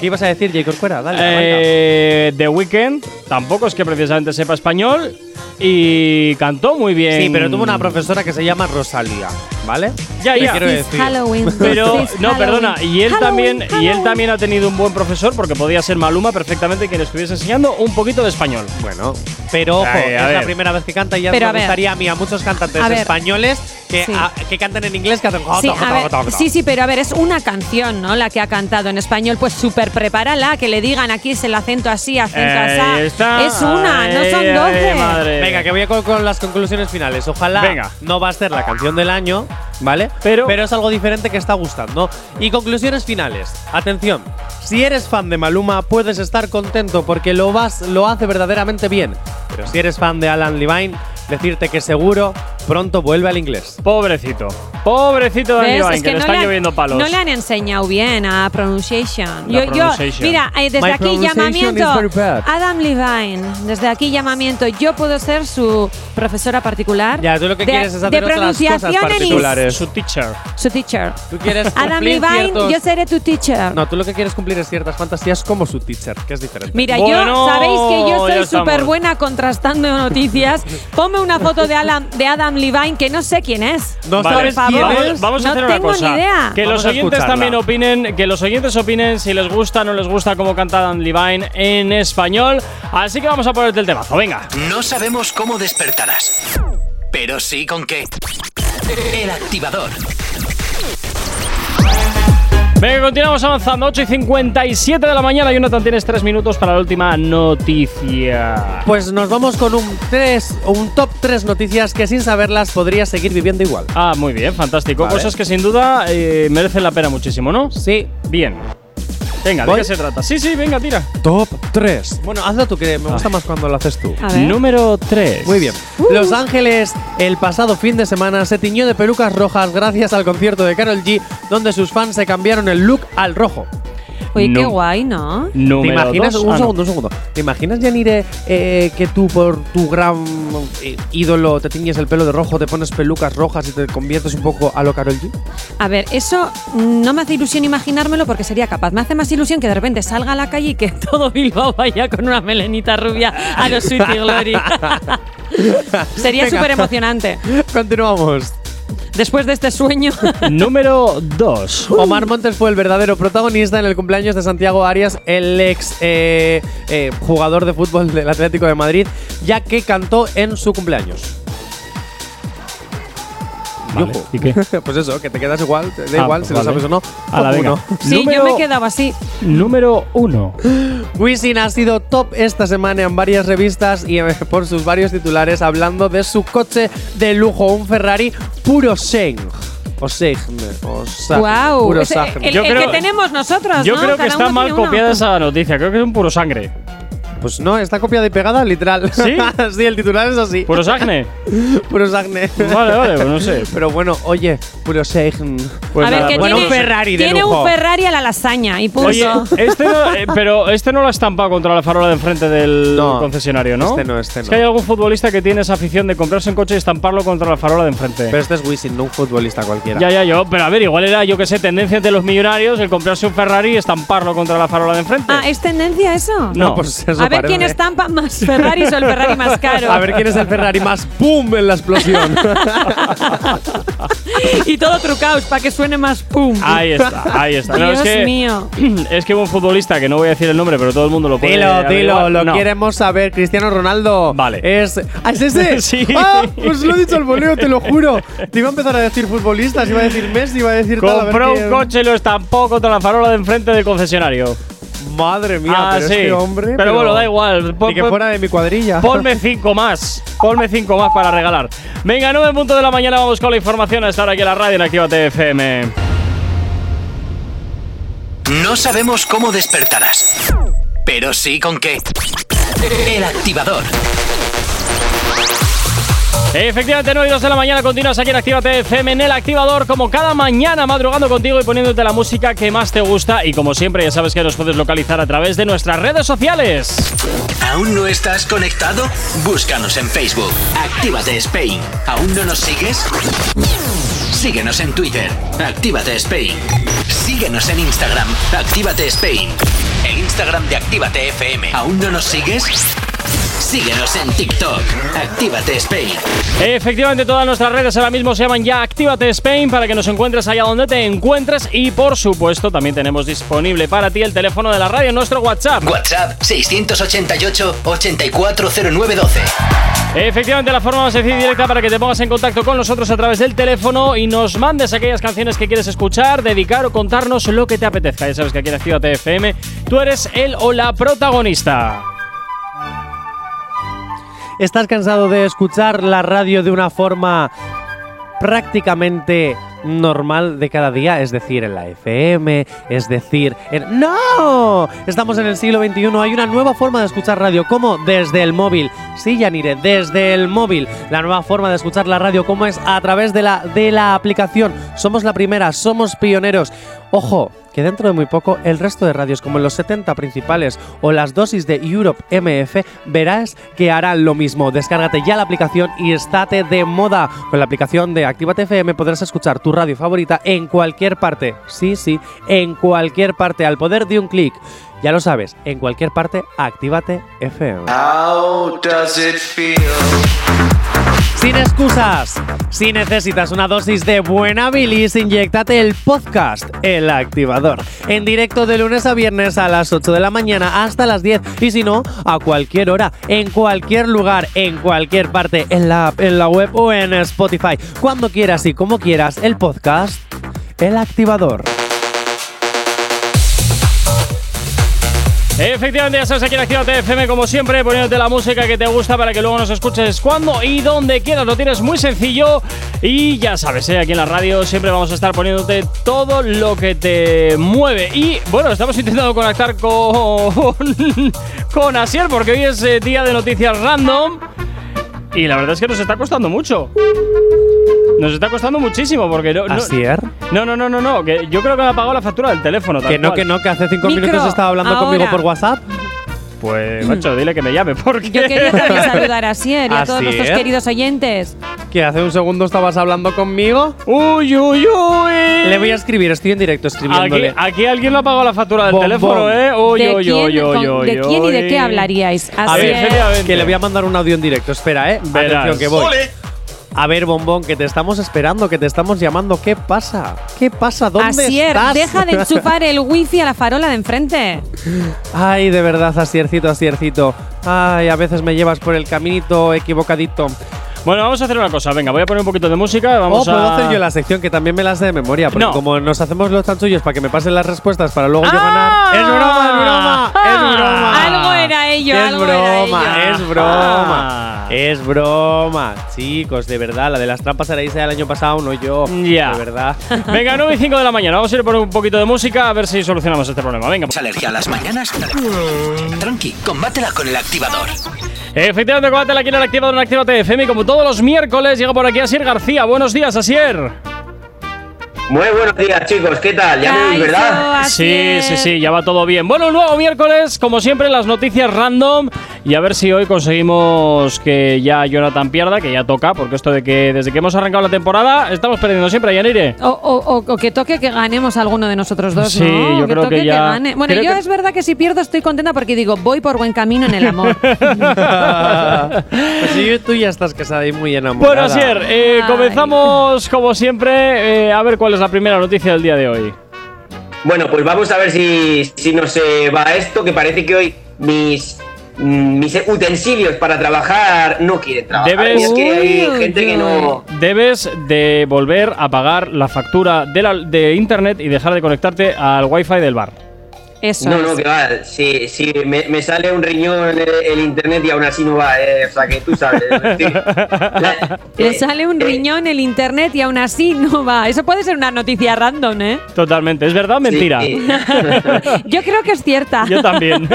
¿Qué ibas a decir, Jacob Cuera? Dale, arranca.
Eh, The Weeknd tampoco es que precisamente sepa español. y cantó muy bien.
Sí, pero tuvo una profesora que se llama Rosalía, ¿vale?
Ya,
Te
ya.
quiero
This
decir.
Halloween.
Pero
this
no,
Halloween.
perdona, y él
Halloween,
también y él
Halloween.
también ha tenido un buen profesor porque podía ser Maluma perfectamente quien estuviese enseñando un poquito de español.
Bueno, pero ojo,
Ay, a
es la
ver.
primera vez que canta y ya
Pero a
me
ver.
gustaría a mí a muchos cantantes
A ver.
españoles que,
Sí.
a- que cantan en inglés que hacen jota,
Sí,
jota,
a ver,
jota, jota.
sí, sí, pero a ver, es una canción, ¿no? La que ha cantado en español, pues súper prepárala, que le digan aquí es el acento así, acento así.
Ahí está.
Es una, no
Ay,
son
ay,
doce.
madre.
Venga, que voy a con, con las conclusiones finales. Ojalá
Venga.
no va a ser la canción del año, ¿vale?
Pero-
es algo diferente que está gustando. Y conclusiones finales. Atención, si eres fan de Maluma, puedes estar contento porque lo, vas, lo hace verdaderamente bien. Pero si eres fan de Alan Levine, decirte que seguro pronto vuelve al inglés.
Pobrecito. Pobrecito de
¿Ves?
Iván, que, le están
han-
lloviendo palos.
no le han enseñado bien a pronunciation.
La
Yo- yo-
pronunciation.
mira, eh, desde
My
aquí
pronunciation
llamamiento.
is very bad.
Adam Levine, desde aquí llamamiento. Yo puedo ser su profesora particular.
Ya, tú lo que
de,
quieres es
de
hacer otras
pronunciación
cosas
en is-
particulares.
Su teacher.
Su teacher.
Tú quieres
Adam
cumplir
Levine,
ciertos-
yo seré tu teacher.
No, tú lo que quieres cumplir es ciertas fantasías como su teacher, que es diferente.
Mira,
Bueno,
yo sabéis que yo
ya
soy
estamos.
súper buena contrastando noticias. Ponme una foto de, Alan- de Adam Levine, que no sé quién es.
No
Por
sabes
favor.
quién
Vamos,
es.
vamos a
no
hacer una
tengo
cosa.
Ni idea.
Que
Vamos
los
a
oyentes
escucharla.
también opinen, que los oyentes opinen si les gusta o no les gusta cómo canta Dan Levine en español. Así que vamos a ponerte el temazo, venga.
No sabemos cómo despertarás, pero sí con qué. El activador.
Venga, continuamos avanzando. 8 y 57 de la mañana. Jonathan, tienes 3 minutos para la última noticia.
Pues nos vamos con un, tres, un top 3 noticias que sin saberlas podrías seguir viviendo igual.
Ah, muy bien, fantástico.
Vale.
Cosas que sin duda eh, merecen la pena muchísimo, ¿no?
Sí.
Bien. Venga, ¿de
¿Voy?
qué se trata? Sí, sí, venga, tira.
Top 3. Bueno, hazlo tú, que me
Ah.
gusta más cuando lo haces tú.
A ver. Uh.
Número 3.
Muy bien. Los Ángeles el pasado fin de semana se tiñó de pelucas rojas gracias al concierto de Carol G, donde sus fans se cambiaron el look al rojo.
Oye, qué
No.
guay, ¿no?
¿Te
Número
imaginas?
dos.
un
Ah, no.
segundo, un segundo. ¿Te imaginas, Yanire, eh, que tú por tu gran eh, ídolo te tiñes el pelo de rojo, te pones pelucas rojas y te conviertes un poco a lo Carol G?
A ver, eso no me hace ilusión imaginármelo porque sería capaz. Me hace más ilusión que de repente salga a la calle y que todo Bilbao vaya con una melenita rubia a los Sweetie Glory. sería
Venga.
súper emocionante.
Continuamos.
Después de este sueño.
Número 2.
Omar Montes fue el verdadero protagonista en el cumpleaños de Santiago Arias, el ex eh, eh, jugador de fútbol del Atlético de Madrid, ya que cantó en su cumpleaños. Y
Vale,
ojo.
¿y qué?
pues eso, que te quedas igual, te da
Ah,
igual
pues
si
vale.
lo sabes o no.
A la
Top
venga.
uno.
sí,
Número-
yo me he quedado Pues así.
Número 1.
Wisin ha sido top esta semana en varias revistas y eh, por sus varios titulares hablando de su coche de lujo, un Ferrari puro Sheng. O Sheng, o Sheng,
Wow.
puro
Ese-
Sheng.
el,
Yo
el
creo-
que tenemos nosotros.
Yo
¿no?
creo que
Cada
está
uno
mal
tiene uno.
copiada esa noticia. Creo que es un puro sangre.
Pues no, está copiada y pegada, literal.
¿Sí?
sí, Pues el titular es así.
¿Puro sangre?
Puro Sagne.
vale, vale, pues no sé.
Pero bueno, oye, puro Sagne.
Pues
a ver,
nada,
que
pues
bueno,
tiene,
un Ferrari de
tiene
lujo.
un Ferrari a la lasaña y punto.
Oye, este no, eh, pero este no lo ha estampado contra la farola de enfrente del
No,
concesionario, ¿no?
este no, este
Es
no.
que hay algún futbolista que tiene esa afición de comprarse un coche y estamparlo contra la farola de enfrente.
Pero este es Wisin, no un futbolista cualquiera.
ya, ya, yo. Pero a ver, igual era, yo que sé, tendencia de los millonarios el comprarse un Ferrari y estamparlo contra la farola de enfrente.
Ah, ¿es tendencia eso?
No.
pues eso
a ver
parece.
quién estampa más Ferraris o el Ferrari más caro.
A ver quién es el Ferrari más boom en la explosión.
y todo trucaos para que suene más pum.
Ahí está, ahí está. No,
Dios
es que,
mío.
Es que hubo un futbolista que no voy a decir el nombre, pero todo el mundo lo puede.
dilo, dilo,
averiguar.
lo
No.
queremos saber. Cristiano Ronaldo.
Vale.
Es, ¿Ah, ¿Es ese?
Sí.
Ah, pues lo he dicho al boleo, te lo juro. Te iba a empezar a decir futbolistas, iba a decir Messi, iba a decir tal, a ver
Compró un
quién-
coche y lo estampó contra la farola de enfrente del concesionario.
Madre mía,
ah,
pero
sí.
este hombre.
pero, bueno, da igual. Pon-
Ni que
pon-
fuera de mi cuadrilla.
Ponme cinco más. Ponme cinco más para regalar. Venga, 9 en punto de la mañana. Vamos con la información a estar aquí en la radio en Actívate FM.
No sabemos cómo despertarás, pero sí con qué. El activador.
Efectivamente, 9 y 2 de la mañana. Continúas aquí en Actívate FM en el activador, como cada mañana, madrugando contigo y poniéndote la música que más te gusta. Y como siempre, ya sabes que nos puedes localizar a través de nuestras redes sociales.
¿Aún no estás conectado? Búscanos en Facebook. Actívate Spain. ¿Aún no nos sigues? Síguenos en Twitter. Actívate Spain. Síguenos en Instagram. Actívate Spain. El Instagram de Actívate FM. ¿Aún no nos sigues? Síguenos en TikTok. Actívate Spain.
Efectivamente, todas nuestras redes ahora mismo se llaman ya Actívate Spain para que nos encuentres allá donde te encuentres. Y por supuesto, también tenemos disponible para ti el teléfono de la radio, nuestro WhatsApp.
WhatsApp 688-840912.
Efectivamente, la forma más sencilla y directa para que te pongas en contacto con nosotros a través del teléfono y nos mandes aquellas canciones que quieres escuchar, dedicar o contarnos lo que te apetezca. Ya sabes que aquí en Actívate FM tú eres el o la protagonista.
¿Estás cansado de escuchar la radio de una forma prácticamente normal de cada día? Es decir, en la FM, es decir, en... ¡No! Estamos en el siglo XXI, hay una nueva forma de escuchar radio, como desde el móvil. Sí, Yanire, desde el móvil. La nueva forma de escuchar la radio, como es a través de la, de la aplicación. Somos la primera, somos pioneros. Ojo, que dentro de muy poco el resto de radios como los 70 principales o las dosis de Europe MF verás que harán lo mismo. Descárgate ya la aplicación y estate de moda. Con la aplicación de Actívate FM podrás escuchar tu radio favorita en cualquier parte. Sí, sí, en cualquier parte al poder de un clic. Ya lo sabes, en cualquier parte Actívate FM. Sin excusas, si necesitas una dosis de buena bilis, inyectate el podcast El Activador. En directo de lunes a viernes a las 8 de la mañana hasta las 10. Y si no, a cualquier hora, en cualquier lugar, en cualquier parte, en la app, en la web o en Spotify. Cuando quieras y como quieras, el podcast El Activador.
Efectivamente, ya sabes aquí en Actívate FM, como siempre, poniéndote la música que te gusta para que luego nos escuches cuando y donde quieras. Lo tienes muy sencillo. Y ya sabes, ¿eh? aquí en la radio siempre vamos a estar poniéndote todo lo que te mueve. Y bueno, estamos intentando conectar con, con Asier, porque hoy es eh, día de noticias random. Y la verdad es que nos está costando mucho. Nos está costando muchísimo porque no. no-
Asier.
No, no, no, no, no, que yo creo que me ha pagado la factura del teléfono. tal
Que no,
cual.
que no, que hace cinco
Micro,
minutos estaba hablando conmigo
ahora.
por WhatsApp.
Pues, macho, dile que me llame, porque.
Yo quería también saludar a Sier y a ¿eh? todos
Asier.
nuestros queridos oyentes.
Que hace un segundo estabas hablando conmigo.
Uy, uy, uy.
Le voy a escribir, estoy en directo
Aquí,
escribiéndole.
aquí alguien lo ha pagado la factura del
Bom,
teléfono,
bom.
¿eh? Uy,
¿De
uy,
quién,
uy, uy,
con-
uy,
de quién y de
uy.
qué hablaríais?
A ver,
Asier,
efectivamente.
Que le voy a mandar un audio en directo. Espera, eh.
Verás.
Atención, que voy. A ver, bombón, que te estamos esperando, que te estamos llamando. ¿Qué pasa? ¿Qué pasa? ¿Dónde
Asier,
estás?
deja de enchufar el wifi a la farola de enfrente.
Ay, de verdad, Asiercito, Asiercito. Ay, a veces me llevas por el caminito equivocadito.
Bueno, vamos a hacer una cosa. Venga, voy a poner un poquito de música. Vamos
o Oh, puedo
a.
hacer yo la sección que también me la sé de memoria, porque
No.
como nos hacemos los chanchullos para que me pasen las respuestas para luego yo
Ah.
ganar. Es broma, es broma, es broma.
Algo era ello,
es
algo era
broma,
ello.
es
Ah.
broma, es broma. Chicos, de verdad, la de las trampas era Isa del año pasado, no yo.
Ya.
De verdad.
Venga, 9 y 5 de la mañana. Vamos a ir por un poquito de música a ver si solucionamos este problema. Venga.
¿Tienes alergia a las mañanas? Tranqui, combátela con el activador.
Efectivamente, combátela aquí en el Activador en Actívate FM. Y como todos los miércoles, llega por aquí Asier García. Buenos días, Asier.
Muy buenos días, chicos. ¿Qué tal? Ya me oís, ¿verdad?
Sí, sí, sí, ya va todo bien. Bueno, un nuevo miércoles, como siempre, las noticias random. Y a ver si hoy conseguimos que ya Jonathan pierda, que ya toca, porque esto de que desde que hemos arrancado la temporada estamos perdiendo siempre, Yanire.
O, o- o- o que toque que ganemos alguno de nosotros dos,
Sí,
¿no?
yo creo que
toque
ya-
gane. Bueno,
creo
yo
que-
es verdad que si pierdo estoy contenta porque digo, voy por buen camino en el amor.
pues sí, tú ya estás casada y muy enamorada.
Bueno, Asier, eh,
Ay.
comenzamos como siempre eh, a ver cuál es la primera noticia del día de hoy.
Bueno, pues vamos a ver si, si nos eh, va esto, que parece que hoy mis, mm, mis utensilios para trabajar no quieren trabajar.
Debes-
Y es que
Uy,
hay gente que no...
Debes de volver a pagar la factura de, la- de internet y dejar de conectarte al wifi del bar.
Eso
No,
es.
no, que va. Si, si me, me sale un riñón el, el internet y aún así no va. eh, o sea, que tú sabes. sí. La-
Le
eh,
sale un
eh,
riñón el internet y aún así no va. Eso puede ser una noticia random, ¿eh?
Totalmente, ¿es verdad o
sí,
mentira?
sí.
Yo creo que es cierta.
Yo también.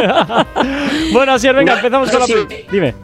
bueno, Asier, venga,
No,
empezamos
no
con la.
sé
pri-
si-
Dime.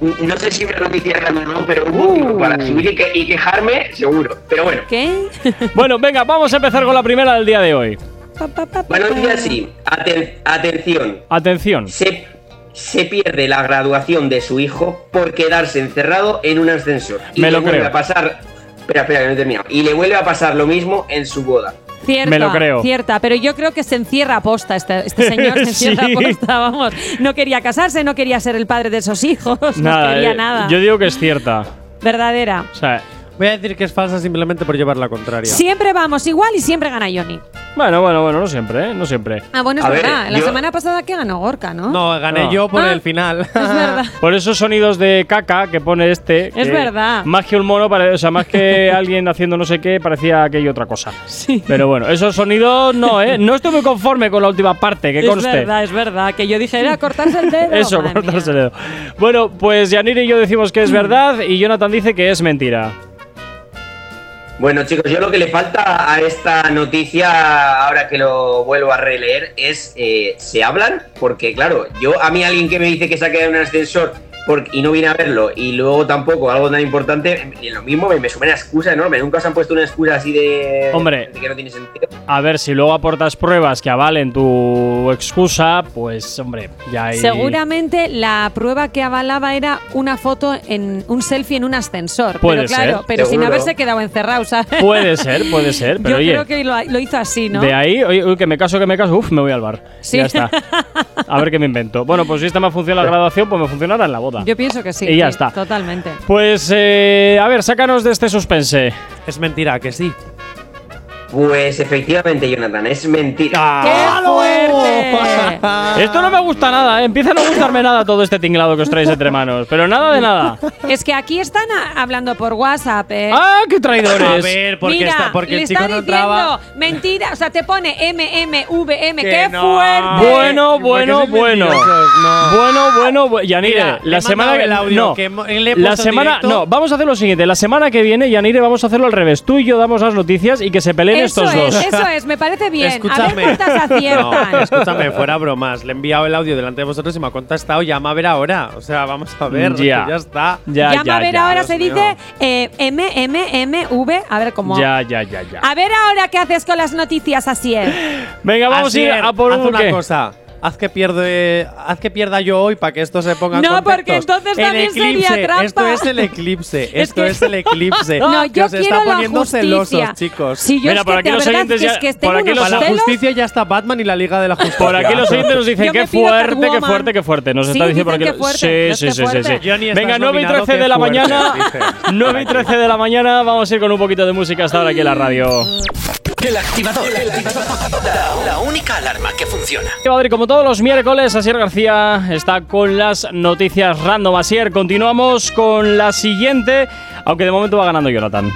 No sé si me lo hicieron o no, pero hubo motivo para subir y, que- y quejarme, seguro. Pero bueno.
¿Qué?
Bueno, venga, vamos a empezar con la primera del día de hoy.
Pa, pa, pa, pa,
Buenos
pa.
días, sí. Aten- atención.
Atención.
Se, se pierde la graduación de su hijo por quedarse encerrado en un ascensor.
Me
le
lo
vuelve
creo.
a pasar. Espera, espera, que no he terminado. Y le vuelve a pasar lo mismo en su boda.
Cierta,
Me lo creo.
Cierta, pero yo creo que se encierra a posta este, este señor, se encierra
Sí.
a posta, vamos. No quería casarse, no quería ser el padre de esos hijos, no quería
eh,
nada.
Yo digo que es cierta.
Verdadera.
O sea,
Voy a decir que es falsa simplemente por llevar la contraria.
Siempre vamos igual y siempre gana Johnny.
bueno, bueno, bueno, no siempre, ¿eh? No siempre.
Ah, bueno, es
A ver,
verdad. la
yo-
semana pasada que ganó Gorka, ¿no?
No, gané
No.
yo por
Ah.
el final.
Es verdad.
Por esos sonidos de caca que pone este.
Es
que
verdad.
Más que un mono, pare- o sea, más que alguien haciendo no sé qué, parecía aquello otra cosa.
Sí.
Pero bueno, esos sonidos no, ¿eh? No estoy muy conforme con la última parte, que
es
conste.
verdad, es verdad. Que yo dije, era cortarse el dedo.
Eso,
Madre
cortarse el
mía. Mm.
dedo. Bueno, pues Yanir y yo decimos que es verdad y Jonathan dice que es mentira.
Bueno, chicos, yo lo que le falta a esta noticia, ahora que lo vuelvo a releer, es eh, ¿se hablan? Porque, claro, yo a mí alguien que me dice que se ha quedado en un ascensor por- y no viene a verlo, y luego tampoco algo tan importante, y lo mismo me, me sube una excusa enorme. Nunca os han puesto una excusa así de.
Hombre.
de que no tiene sentido.
A ver, si luego aportas pruebas que avalen tu excusa, pues hombre, ya hay.
Seguramente la prueba que avalaba era una foto en un selfie en un ascensor.
Puede
pero claro,
ser.
pero sin
Seguro.
haberse quedado encerrado, ¿sabes?
Puede ser, puede ser, pero
yo
oye.
creo que lo, lo hizo así, ¿no?
De ahí, oye, uy, que me caso, que me caso, uff, me voy al bar.
Sí.
Ya está. A ver qué me invento. Bueno, pues si esta me funciona en la graduación, pues me funcionará en la boda.
Yo pienso que sí.
Y ya
sí,
está.
Totalmente.
Pues, eh, a ver, sácanos de este suspense.
Es mentira, que sí.
Pues efectivamente, Jonathan, es mentira.
¡Qué fuerte!
Esto no me gusta nada, ¿eh? empieza a no gustarme nada todo este tinglado que os traéis entre manos. Pero nada de nada.
Es que aquí están a- hablando por WhatsApp, ¿eh?
¡Ah, qué
A
traidores!
ver, porque,
Mira,
está- porque
le
el chico
está
no
diciendo
entraba.
mentira, o sea, te pone MMVM,
Que
qué
no.
fuerte.
Bueno,
¿Por qué
bueno,
sois
bueno.
mentirosos? No.
Bueno, bueno, bueno. Yanire,
Mira, le
la
he
semana
mandado
que.
el audio
no.
que mo- le he
la
puesto en
semana.
directo.
No, vamos a hacer lo siguiente. La semana que viene, Yanire, vamos a hacerlo al revés. Tú y yo damos las noticias y que se peleen
eso
estos
es,
dos.
eso es, me parece bien. A
Escúchame.
ver cuántas aciertan.
No, escúchame, fuera bromas. Le he enviado el audio delante de vosotros y me ha contestado. Llama a ver ahora. O sea, vamos a ver. que
Ya.
Ya, está.
Ya,
Llama
ya,
a ver
ya.
ahora
Dios
se
mío.
dice eh, MMMV, a ver cómo.
Ya, ya, ya, ya.
A ver ahora qué haces con las noticias, así es.
Venga, vamos a ir
Asier,
a por
haz
un
una
¿qué?
cosa. Haz que, pierde, haz que pierda yo hoy para que esto se ponga en
No, porque
contextos.
entonces
El
también sería
eclipse,
trampa.
Esto es el eclipse. Esto
que-
es, el eclipse.
No,
que
yo
os
quiero
está
la
poniendo
justicia.
celosos, chicos.
Si yo
Mira,
es
por
que
aquí
la
los
verdad
oyentes
es
ya-
que
por
tengo
aquí
unos
los-
Para la
celos.
justicia ya está Batman y la Liga de la Justicia.
Por aquí los oyentes nos dicen
Yo
qué
me pido
fuerte, qué
Catwoman.
fuerte, qué fuerte. Nos
Sí,
está diciendo por aquí.
dicen
lo-
qué
Sí,
fuerte,
sí,
qué
sí, sí,
fuerte.
sí.
Johnny, estás
Venga, 9 y
nominado,
13 de
qué
la
fuerte,
mañana.
dice.
9 y 13 de la mañana. Vamos a ir con un poquito de música hasta ahora aquí en la radio.
El activador. La, la única alarma que funciona.
Madrid, como todos los miércoles, Asier García está con las noticias random. Asier, continuamos con la siguiente, aunque de momento va ganando Jonathan.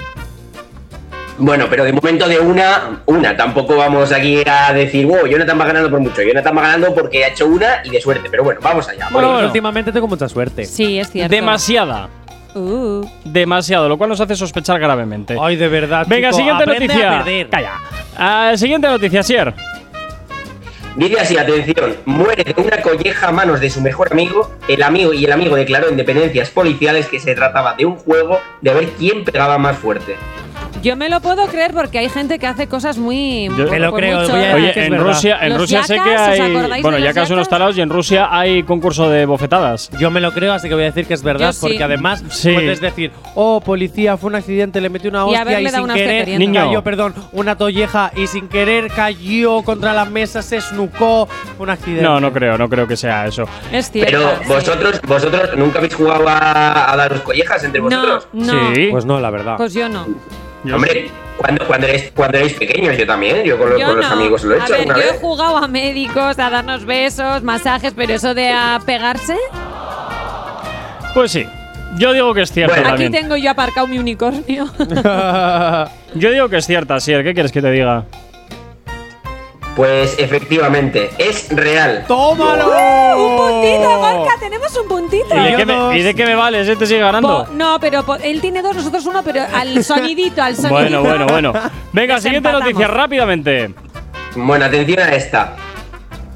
Bueno, pero de momento de una, una. Tampoco vamos aquí a decir, wow, Jonathan va ganando por mucho. Jonathan va ganando porque ha hecho una y de suerte. Pero bueno, vamos allá.
Bueno,
Bueno,
bueno.
últimamente tengo mucha suerte.
Sí, es cierto.
Demasiada,
Uh.
demasiado, lo cual nos hace sospechar gravemente.
Ay, de verdad.
Venga,
chico,
siguiente
aprende a
noticia.
perder.
Calla. Ah, siguiente noticia, Asier.
Dice así, atención, muere de una colleja a manos de su mejor amigo, el amigo y el amigo declaró en dependencias policiales que se trataba de un juego de ver quién pegaba más fuerte.
Yo me lo puedo creer porque hay gente que hace cosas muy.
Yo- Me
lo
con
creo,
mucho-
voy a- que
Oye,
es
en
verdad.
Rusia, en
Los
Rusia sé
yakas,
que
¿os
hay.
acordáis
Bueno,
de los
ya son unos
yakas?
talados y en Rusia hay concurso de bofetadas.
Yo me lo creo, así que voy a decir que es
Yo
verdad,
sí.
porque además
Sí.
puedes decir, oh, policía, fue un accidente, le metí una
Y
hostia y,
haberle dado
sin
una hostia
querer
queriendo.
Niño.
cayó, perdón, una tolleja y sin querer cayó contra la mesa, se snucó, fue un accidente.
No, no creo, no creo que sea eso.
Es cierto.
Pero
sí.
vosotros, vosotros nunca habéis jugado a, a daros collejas entre
No,
vosotros.
no.
Sí.
Pues no, la verdad.
Pues yo no.
Hombre, cuando, cuando, erais, cuando erais pequeños, yo también, yo con, los-
Yo
con los
no.
amigos lo he
a
hecho
ver,
una
yo he
vez.
jugado a médicos, a darnos besos, masajes, pero eso de a pegarse.
Pues sí. Yo digo que es cierto
Bueno.
Aquí
también.
tengo yo aparcado mi unicornio.
Yo digo que es cierta, Asier. ¿Qué quieres que te diga?
Pues efectivamente, es real.
¡Tómalo!
¡Uh! ¡Un puntito, Gorka! ¡Tenemos un puntito!
¡Oh! ¿Y de,
Yo
qué me,
dos.
¿Y de qué me vales? ¿Eh? ¿Te sigue ganando?
Po- no, pero po- él tiene dos, nosotros uno, pero al sonidito, al sonidito.
Bueno, bueno, bueno. Venga,
Nos
siguiente
empatamos.
noticia rápidamente.
Bueno, atención a esta.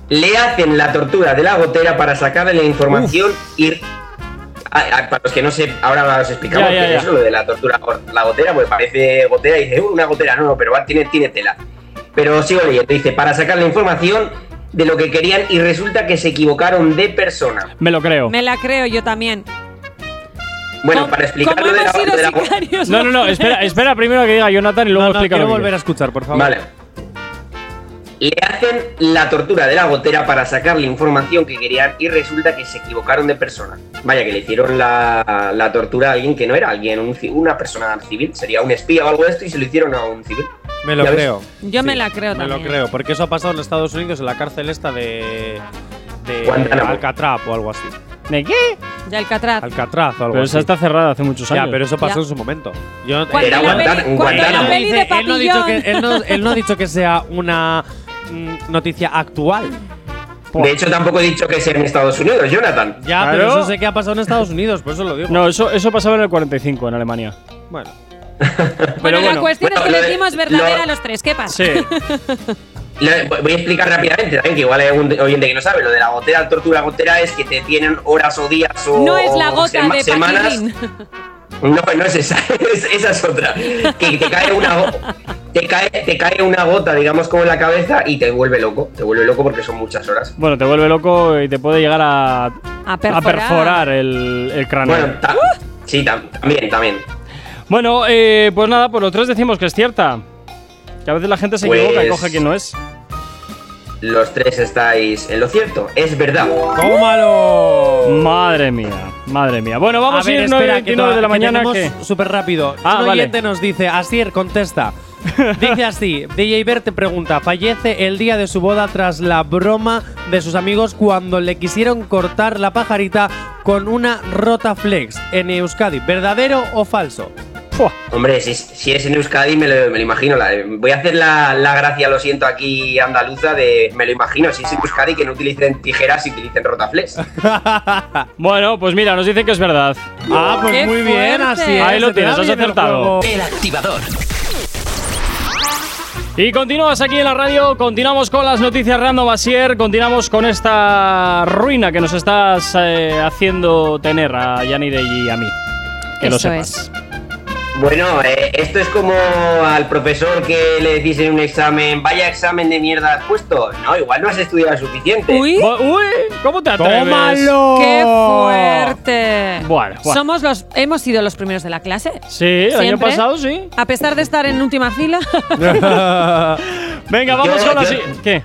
Le hacen la tortura de la gotera para sacarle la información y... a- a- para los que no sé, ahora os explicamos
Ya, ya,
qué
ya.
es lo de la tortura go- la gotera, pues parece gotera y dice, "Uh, una gotera, no, no, pero va- tiene, tiene tela. Pero sigo leyendo, dice, para sacar la información de lo que querían y resulta que se equivocaron de persona.
Me lo creo.
Me la creo yo también.
Bueno,
Com-
para explicar
como
lo de la,
hemos sido
de la go-
sicarios
No, no, no.
los
Espera,
tres.
espera primero que diga Jonathan y luego
No, no,
explica
quiero
lo que
volver a
quieres.
escuchar, por favor.
Vale. Le hacen la tortura de la gotera para sacar la información que querían y resulta que se equivocaron de persona. Vaya, que le hicieron la, la tortura a alguien que no era alguien, un ci- una persona civil, sería un espía o algo de esto y se lo hicieron a un civil.
Me lo
Ya ves.
creo.
Yo me la creo
Me
también.
lo creo, porque eso ha pasado en Estados Unidos en la cárcel esta de. de
Guantánamo.
Alcatraz o algo así.
¿De qué?
De Alcatraz.
Alcatraz o algo
Pero
así.
esa está cerrada hace muchos años.
ya, pero eso pasó
Ya.
en su momento. Yo,
Cuando
Era
la
Guantánamo,
peli-
un
cuando la
Guantánamo.
peli de
él, no ha dicho que,
Papillón.
él no- él no ha dicho que sea una mm, noticia actual.
De hecho, tampoco he dicho que sea en Estados Unidos, Jonathan.
Ya,
Claro.
pero eso sé que ha pasado en Estados Unidos, por eso lo digo.
No, eso, eso pasaba en el 45 en Alemania.
Bueno,
Bueno, la
bueno.
cuestión es
Bueno,
que
lo
le
de-
decimos verdadera
lo-
a los tres. ¿Qué pasa?
Sí.
Le- Voy a explicar rápidamente también, que igual hay algún oyente que no sabe. Lo de la gotera, la tortura gotera es que te tienen horas o días o
No es la gota
sema-
de
semanas.
Paquirrín.
No, no es esa, es- esa es otra. Que te cae una go- te cae, te cae una gota, digamos, como en la cabeza y te vuelve loco. Te vuelve loco porque son muchas horas.
Bueno, te vuelve loco y te puede llegar a, a
perforar.
perforar el, el cráneo.
Bueno, ta- sí, tam- también, también.
Bueno, eh, pues nada, pues los tres decimos que es cierta. Que a veces la gente se
Pues-
equivoca y coge a quien no es.
Los tres estáis en lo cierto, es verdad.
¡tómalo!
Madre mía, madre mía. Bueno, vamos a,
ver,
ir 9
espera, que
29 de la
toda- que
mañana. que-
tenemos súper rápido.
Ah,
Un
vale.
oyente nos dice, Asier, contesta. Dice así, DJ Bert te pregunta, fallece el día de su boda tras la broma de sus amigos cuando le quisieron cortar la pajarita con una rota flex en Euskadi. ¿Verdadero o falso?
Fua.
Hombre, si, si es en Euskadi me lo, me lo imagino. la- voy a hacer la, la gracia, lo siento, aquí andaluza de me lo imagino. Si es en Euskadi que no utilicen tijeras y utilicen rotaflex.
Bueno, pues mira, nos dicen que es verdad.
Ah, pues
¡Oh, ¡Qué
muy bien,
fuerte!
Asier.
Ahí lo
se te
tienes,
da
has
bien el
acertado.
juego.
El activador.
Y continúas aquí en la radio, continuamos con las noticias random Basier, continuamos con esta ruina que nos estás eh, haciendo tener a Yanire y a mí. Que lo
Eso
sepas.
es.
Bueno, eh, esto es como al profesor que le dices en un examen, vaya examen de mierda has puesto. No, igual no has estudiado suficiente.
Uy,
Bo- Uy, ¿cómo te atreves?
¡Tómalo!
qué fuerte.
Bueno, bueno.
Somos los, hemos sido los primeros de la clase.
Sí, el año
Siempre.
pasado sí.
A pesar de estar en última fila.
Venga, vamos
Yo-
con la
yo-
si- ¿Qué?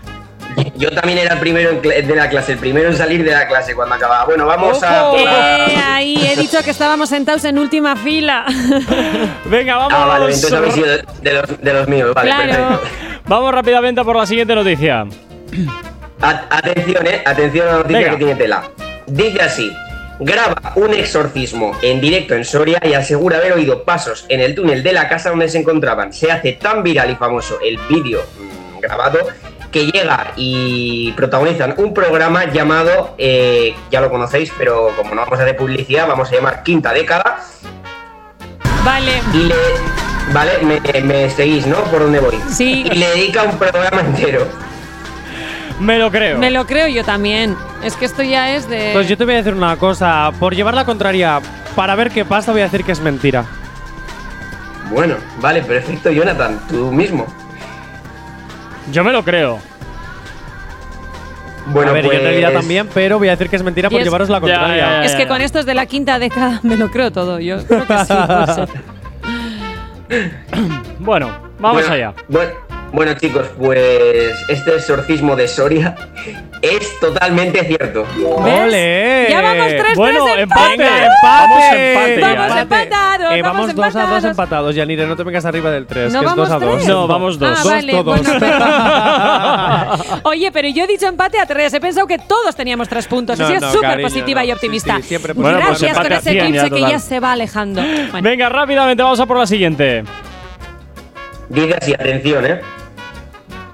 Yo también era el primero en cla- de la clase, el primero en salir de la clase cuando acababa. Bueno, vamos a...
¡Ojo!
por la-
Eh, ahí he dicho que estábamos sentados en última fila.
Venga, vamos.
Ah, vale, entonces habéis sido de, de los, de los míos, vale,
Claro.
perfecto.
Vamos rápidamente a por la siguiente noticia.
A- atención, eh, atención a la noticia
Venga.
que tiene tela. Dice así: graba un exorcismo en directo en Soria y asegura haber oído pasos en el túnel de la casa donde se encontraban. Se hace tan viral y famoso el vídeo mm, grabado que llega y protagonizan un programa llamado, eh, ya lo conocéis, pero como no vamos a hacer publicidad, vamos a llamar Quinta Década.
Vale.
Y le. Vale, me, me seguís, ¿no? ¿Por dónde voy?
Sí.
Y le dedica un programa entero.
Me lo creo.
Me lo creo yo también. Es que esto ya es de.
Pues yo te voy a decir una cosa, por llevar la contraria, para ver qué pasa voy a decir que es mentira.
Bueno, vale, perfecto, Jonathan, tú mismo.
Yo me lo creo.
Bueno,
a ver, yo en realidad
pues,
también, pero voy a decir que es mentira
Y
por
es-
llevaros la
Ya, ya,
contraria.
ya.
es que con estos de la quinta década me lo creo todo. Yo creo que sí. no sé.
Bueno, vamos
bueno,
allá.
Bueno, bueno, chicos, pues este exorcismo de Soria es totalmente cierto.
¿Ves?
¡Ole!
Ya vamos tres,
Bueno,
tres
empate.
empate.
Venga,
Vamos
empate.
empate ya. Vamos
empatados,
Eh, vamos
vamos
dos a dos
empatados.
empatados. Yanire, no te vengas arriba del 3,
¿No
que es
vamos
2 a 2.
tres?
No, vamos dos.
Ah,
Dos
vale,
todos.
bueno, perdón. Oye, pero yo he dicho empate a tres. He pensado que todos teníamos tres puntos.
No,
así es
no,
súper
cariño,
positiva
no.
y
Sí,
optimista.
sí, siempre
Bueno, pues
Gracias
empate
con
a
ese
100 ya,
eclipse que
total.
ya se va alejando. Bueno,
Venga, rápidamente vamos a por la siguiente.
Dice así, atención, ¿eh?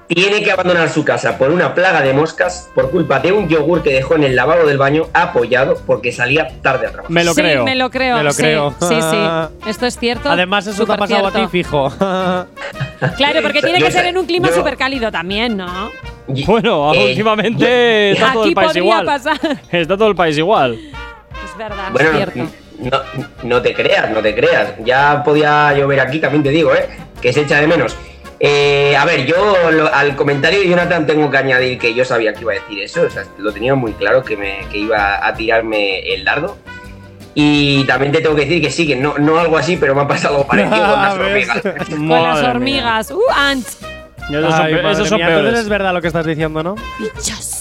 Tiene que abandonar su casa por una plaga de moscas por culpa de un yogur que dejó en el lavabo del baño apoyado porque salía tarde a trabajar.
Me lo
sí,
creo.
me lo creo.
Me lo
sí,
creo.
Sí, sí. Esto es cierto.
Además, eso te ha
súper
pasado a ti,
cierto.
fijo.
Claro, porque tiene
Yo
que
sé-
ser en un clima
yo-
súper cálido también, ¿no?
Y-
Bueno,
eh,
últimamente está todo
Aquí
el país
podría
igual.
pasar.
Está todo el país igual.
Es verdad,
Bueno,
Ah, es cierto.
no, no te creas, no te creas. Ya podía llover aquí, también te digo, ¿eh? Que se echa de menos. Eh, a ver, yo lo- al comentario de Jonathan tengo que añadir que yo sabía que iba a decir eso, o sea, lo tenía muy claro que, me, que iba a tirarme el dardo. Y también te tengo que decir que sí, que no, no algo así, pero me ha pasado algo parecido con las
¿Ves?
hormigas.
Con las hormigas. Uh, ants.
Esos son,
Ay,
pe-
madre
esos son
mía,
peores.
Entonces es verdad lo que estás diciendo, ¿no?
Bichos.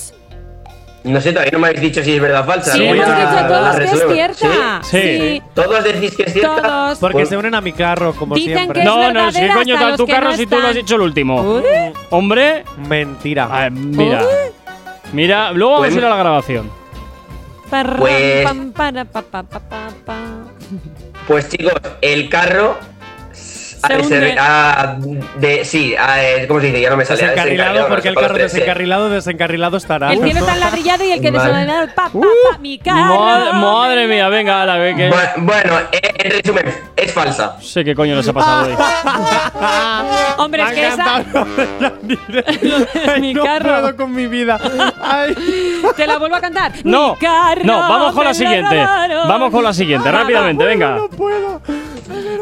No sé, todavía no me habéis dicho si es verdad o falsa.
Sí,
Luego
hemos
ya
dicho a
la
todos que es
resuelvo.
cierta.
Sí, sí.
¿Sí? ¿Todos decís que es cierta?
Todos.
Porque
Por-
se unen a mi carro, como
Dicen
siempre.
que es
No, no, es que
verdadera
coño
hasta
tal
los
tu
que
carro
no
si tú lo has
están.
dicho el último.
Uy.
Hombre,
Mentira.
ah, mira. Mira, luego vamos a ir a la grabación.
Parram,
Pues-
pam, para, pa, pa, pa, pa, pa.
Pues chicos, el carro ha
Se
de ser-
hunde.
ha de- sí, ha- eh, ¿cómo se dice? Ya no me sale. ha
Desencarrilado,
desencarrilado,
porque el
no
carro
sé, con los tres, eh.
desencarrilado, desencarrilado estará.
Ah,
El
pues
cielo está ladrillado y el que
Vale.
desordenado. Pa, pa, pa, mi
Madre,
carro.
Uh, madre mía, venga, ala, ve que.
Bu- Bueno, eh, en resumen, es falsa.
No sé qué coño les ha pasado hoy.
Ah, Hombre, es que esa
mi
Mi
no
carro.
puedo con mi vida. Ay.
te la vuelvo a cantar.
No,
Mi carro,
no, vamos con la
me lo
siguiente.
robaron.
Vamos con la siguiente, rápidamente, venga.
No puedo.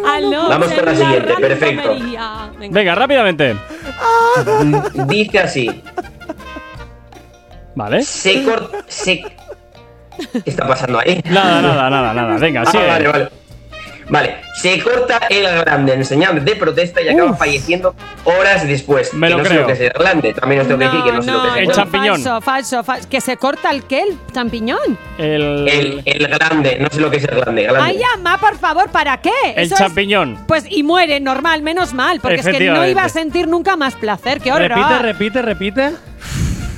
Aló,
Vamos con la
en
siguiente,
radio
perfecto.
María. Venga.
Venga, rápidamente.
Dice así.
Vale.
Se corta. Se... ¿Qué está pasando ahí?
Nada, nada, nada, nada. Venga,
Ah,
sigue.
vale, vale. Vale, se corta el grande en señal de protesta y acaba falleciendo horas después.
Me
Que
lo
no
creo.
sé lo que es el grande, también os tengo que decir que no, sé lo que es el
El
grande.
champiñón.
Falso, falso, falso. Que se corta el qué, el champiñón.
El,
El, el grande, no sé lo que es el grande. grande.
Ay, ama, por favor, ¿para qué?
el
Eso es-
champiñón.
Pues y muere, normal, menos mal, porque es que no
Efectivamente.
iba a sentir nunca más placer. ¡Qué horror! Ah,
Repite, repite, repite.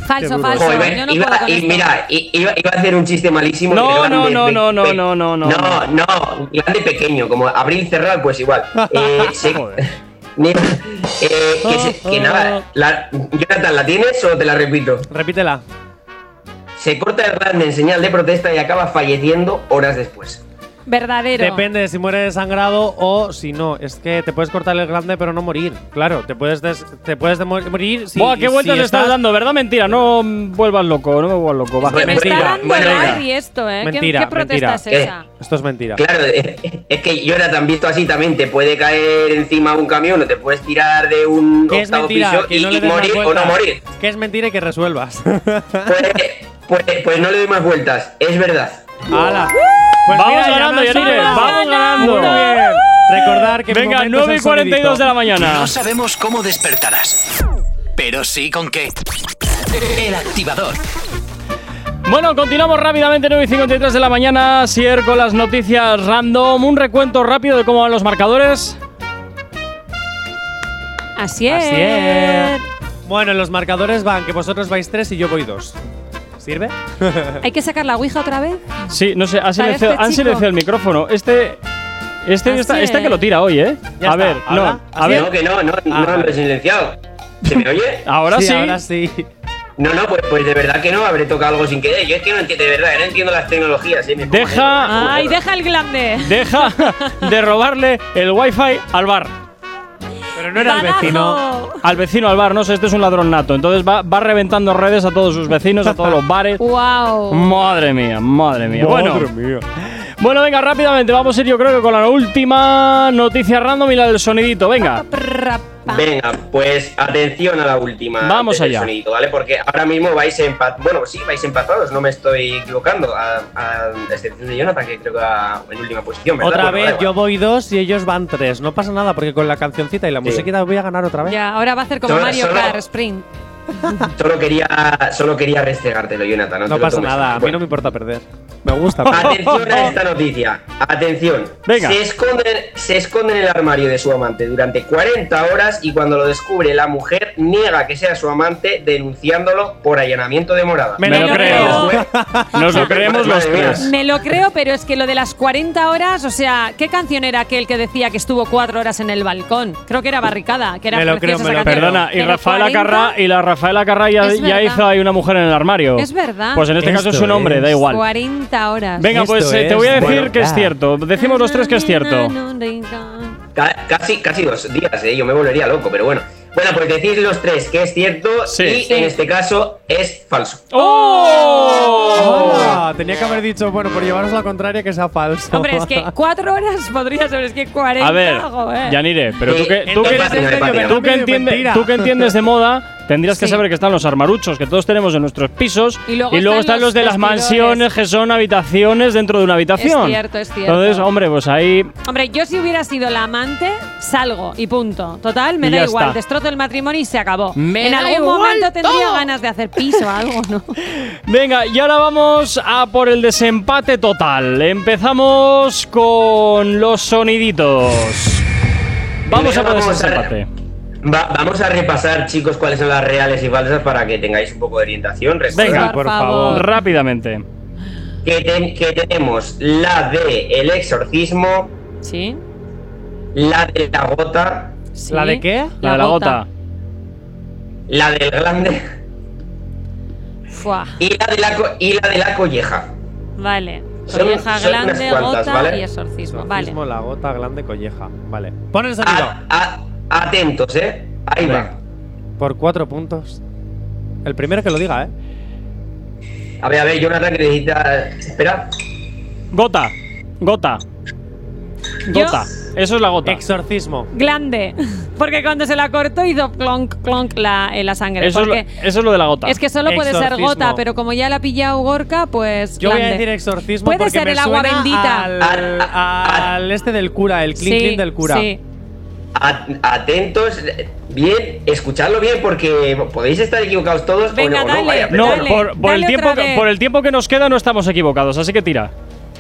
Qué
falso,
duro.
falso.
Joder,
Yo no
iba,
puedo con
y
esto.
mira, i- iba, iba a hacer un chiste malísimo.
No,
de grande,
no, no,
de-
no, no,
pe-
no, no, no.
No, no, grande pequeño, como abrir y cerrar, pues igual. Eh, se-
Joder.
Mira, eh, que, se- que nada, la- Jonathan, ¿la tienes o te la repito?
Repítela.
Se corta el grande en señal de protesta y acaba falleciendo horas después.
Verdadero.
Depende de si muere desangrado o si no. Es que te puedes cortar el grande pero no morir. Claro, te puedes, des- te puedes de- morir si.
Buah, qué vueltas
si
le estás dando, ¿verdad? Mentira, no mm, vuelvas loco, no me vuelvas loco. Va,
Que me está
Mentira,
dando
bueno,
el
venga.
Ari esto, ¿eh? ¿Qué-
Mentira,
¿Qué, protesta
mentira. Eh.
es esa?
Esto es mentira.
Claro, eh, es que Jonathan, visto así también, te puede caer encima un camión o te puedes tirar de un
Que es
octavo
mentira,
piso
que
y,
no
y
le des
morir
más
o no
vueltas.
morir.
Que es mentira y que resuelvas.
Pues, pues, pues no le doy más vueltas, es verdad.
¡Hala!
Vamos
Pues ya
ganando,
me han
Yanire,
salvado.
vamos ganando.
Muy bien. Recordar que mi
Venga,
momento
9 y
es el
42 de la mañana.
No sabemos cómo despertarás, pero sí con qué. El activador.
Bueno, continuamos rápidamente, 9 y 53 de la mañana, Sier con las noticias random. Un recuento rápido de cómo van los marcadores.
Así es.
Así es. Bueno, los marcadores van que vosotros vais 3 y yo voy 2. ¿Sirve?
Hay que sacar la ouija otra vez.
Sí, no sé, han
Para
silenciado,
este
han
chico.
silenciado el micrófono. Este. Este
Así
está, está
es.
que lo tira hoy, ¿eh?
Ya
a
está,
ver,
habla.
no, a
Así
ver.
No, que no, no,
Ah,
no, lo he silenciado. ¿Se me oye?
Ahora sí.
Ahora sí.
No, no, pues, pues de verdad que no, habré tocado algo sin querer. Yo es que no entiendo, de verdad, no entiendo las tecnologías. ¿eh? Me pongo
Deja-
negro, me pongo
Ay,
negro.
deja el glande.
Deja de robarle el wifi al bar.
Pero no era el vecino.
Al vecino al bar, no sé, este es un ladrón nato. Entonces va, va reventando redes a todos sus vecinos, a todos los bares.
Wow.
Madre mía, madre mía. bueno,
Madre mía.
bueno, venga, rápidamente. Vamos a ir, yo creo que con la última noticia random y la del sonidito. Venga.
Venga, pues atención a la última.
Vamos
antes del
allá.
sonidito, ¿vale? Porque ahora mismo vais empatados. Bueno, sí, vais empatados, no me estoy equivocando. A, a excepción de Jonathan, que creo que va en última posición. ¿verdad?
Otra
Bueno, da
vez
igual.
yo voy 2 y ellos van 3. No pasa nada porque con la cancioncita y la musiquita voy a ganar otra vez.
Ya, ahora va a hacer como
Solo-
Mario
solo-
Kart Sprint.
Solo quería, solo quería restregártelo, Jonathan. No,
No
te lo
pasa
tomes.
nada, a mí
Bueno.
no me importa perder. Me gusta. perder.
Atención a esta noticia. Atención.
Venga.
Se esconde, se esconde en el armario de su amante durante 40 horas y cuando lo descubre la mujer niega que sea su amante denunciándolo por allanamiento de morada.
Me lo
Me lo creo.
Fue-
Nos lo creemos los
Madre mía.
tres.
Me lo creo, pero es que lo de las 40 horas, o sea, ¿qué canción era aquel que decía que estuvo cuatro horas en el balcón? Creo que era Barricada, que era
Me lo creo,
preciosa
me
esa
lo creo.
canción.
Perdona, y
Pero
Rafaela
40,
Carrá, y la Rafaela Carrá ya,
Es
ya
verdad.
hizo ahí una mujer en el armario.
Es verdad.
Pues en este caso es
Esto
un hombre, da
es.
igual.
40 horas.
Venga,
Esto
pues eh, te
es
voy a decir
bueno,
que es
ya.
cierto. Decimos los tres que es cierto.
Ca- Casi, casi dos días, ¿eh? yo me volvería loco, pero bueno. Bueno, pues decís los tres que es cierto
Sí.
y
Sí.
en este caso es falso.
¡Oh!
Hola, tenía que haber dicho, bueno, por llevaros la contraria que sea falso.
Hombre, es que cuatro horas podría ser, es que 40.
A ver,
joder.
Yanire, pero tú
Sí,
que, tú que-
entonces,
tú
señor
que
Patria.
Medio
entiende-
mentira.
tú que entiendes de moda, tendrías que
Sí.
saber que están los armaruchos que todos tenemos en nuestros pisos
Y luego
están,
están
los,
los
de las
vestidores.
mansiones que son habitaciones dentro de una habitación.
Es cierto, es cierto.
Entonces, hombre, pues ahí
Hombre, yo si hubiera sido la amante, salgo y punto. Total, me
Y
da
ya
igual,
está.
destrozo el matrimonio y se acabó.
Me
en
da
algún
igual
momento tendría
todo.
ganas de hacer piso o algo, ¿no?
Venga, y ahora vamos a por el desempate total. Empezamos con los soniditos. Vamos a por el
Primero vamos a-
desempate.
Va- vamos a repasar, chicos, cuáles son las reales y falsas para que tengáis un poco de orientación. Recordad
Venga,
por favor.
Rápidamente.
Que, ten- que tenemos la de el exorcismo,
Sí.
la de la gota,
sí.
¿La de qué?
La de la gota.
la del glande
Fuá.
y la de la, co- y la, de la colleja.
Vale.
Son-
Colleja,
son unas
glande,
cuantas,
gota
¿vale?
y exorcismo. Vale.
Mismo la gota grande colleja. Vale. Pon el sonido.
A- a- atentos, ¿eh? Ahí va.
Por cuatro puntos. El primero que lo diga, ¿eh?
A ver, a ver, Jonathan, que necesita... Espera.
Gota. Gota.
Yo-
Gota. Eso es la gota.
Exorcismo.
Glande. Porque cuando se la cortó hizo clonk, clonk la, eh, la sangre.
Eso es, lo,
porque
eso es lo de la gota.
es que solo puede ser
Exorcismo.
gota, pero como ya la ha pillado Gorka, pues.
Yo voy a
glande.
decir exorcismo
Puede
porque
ser
me
el agua
suena
bendita.
Al,
Al- a-
al este del cura, el clean
Sí,
clean del cura.
Sí.
A- atentos, bien, escuchadlo bien porque podéis estar equivocados todos. o
Venga,
no,
dale,
no, vaya, pero
no,
dale,
por, por el
dale
tiempo
otra
que,
vez.
por el tiempo que nos queda no estamos equivocados, así que tira.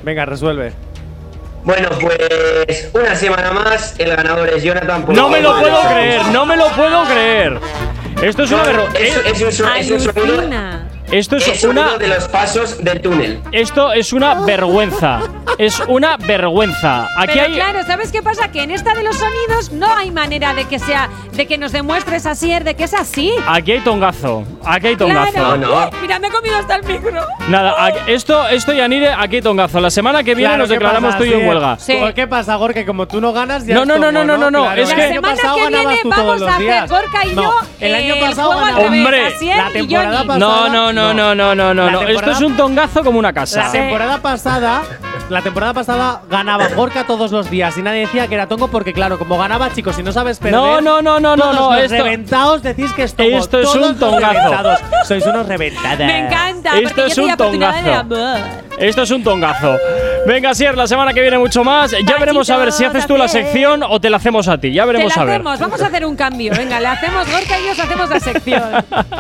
Venga, resuelve.
Bueno, pues una semana más, el ganador es Jonathan. por
No me lo
favor.
puedo creer, no me lo puedo creer. Esto es una vergüenza.
Es, es un, so- es un sonido,
Alucina.
Esto
es
es
sonido
una
de los pasos del túnel.
Esto es una vergüenza. Es una vergüenza. Aquí
Pero
hay.
claro, ¿sabes qué pasa? Que en esta de los sonidos no hay manera de que sea, de que nos demuestres así, de que es así.
Aquí hay tongazo. Aquí hay
Claro.
tongazo.
No, no.
Mira, me he comido hasta el micro.
Nada, a- esto, esto Yanire, aquí hay tongazo. La semana que viene
Claro,
nos
¿qué
declaramos
pasa?
tú y yo
Sí,
en huelga.
Sí.
Como- ¿Qué pasa, Gor? Que como tú no ganas, ya
No,
es
no, no,
como,
no, no, no, no,
Claro,
es
el
que-
año
La semana
pasado
que
ganabas
viene
tú todos
vamos
los
a hacer,
días.
Gorka y
No,
yo,
El año
eh,
pasado
el juego
ganabas.
otra vez,
Hombre,
Asier
la
y
temporada
Johnny.
No,
pasada-
no, no, no, no, no, no,
La
no. Esto
temporada-
es un tongazo como una casa.
La temporada pasada, la temporada pasada ganaba Gorka todos los días y nadie decía que era tongo porque claro, como ganaba chicos, si no sabes perder.
No, no, no, no, no,
todos
no,
los
esto-
reventados decís que es tongo.
Esto es
Todos
un
los
tongazo.
reventados. Sois unos reventados.
Me encanta,
Esto
porque
es
yo
un
tenía oportunidad de
tongazo.
amor.
Esto es un tongazo. Venga, Sier, la semana que viene mucho más. Ya veremos a ver si haces tú la
también.
sección o te la hacemos a ti. Ya
Te
veremos
la
a ver.
hacemos, vamos a hacer un cambio. Venga, le hacemos Gorka y yo os hacemos la sección.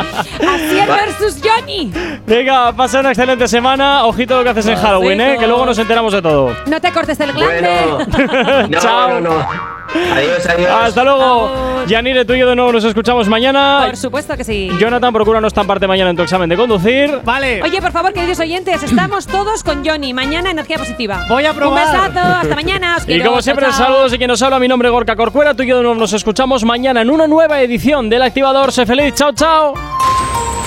Asier versus Johnny.
Venga, pasa una excelente semana. Ojito lo que haces en Halloween, ¿eh?
Perfecto.
que luego nos enteramos de todo.
No te cortes el glande.
Bueno. No,
Chao.
no, no. Adiós, adiós.
Hasta luego.
Agur.
Yanire, tú y yo de nuevo nos escuchamos mañana.
Por supuesto que sí.
Jonathan, procura no estamparte mañana en tu examen de conducir.
Vale.
Oye, por favor, queridos oyentes, estamos todos con Johnny. Mañana energía positiva.
Voy a probar.
Un besazo, hasta mañana. Os
Y
quiero,
como
chao,
siempre,
chao.
saludos y quien nos habla, mi nombre es Gorka Corcuera. Tú y yo de nuevo nos escuchamos mañana en una nueva edición del Activador. Sé feliz, chao, chao.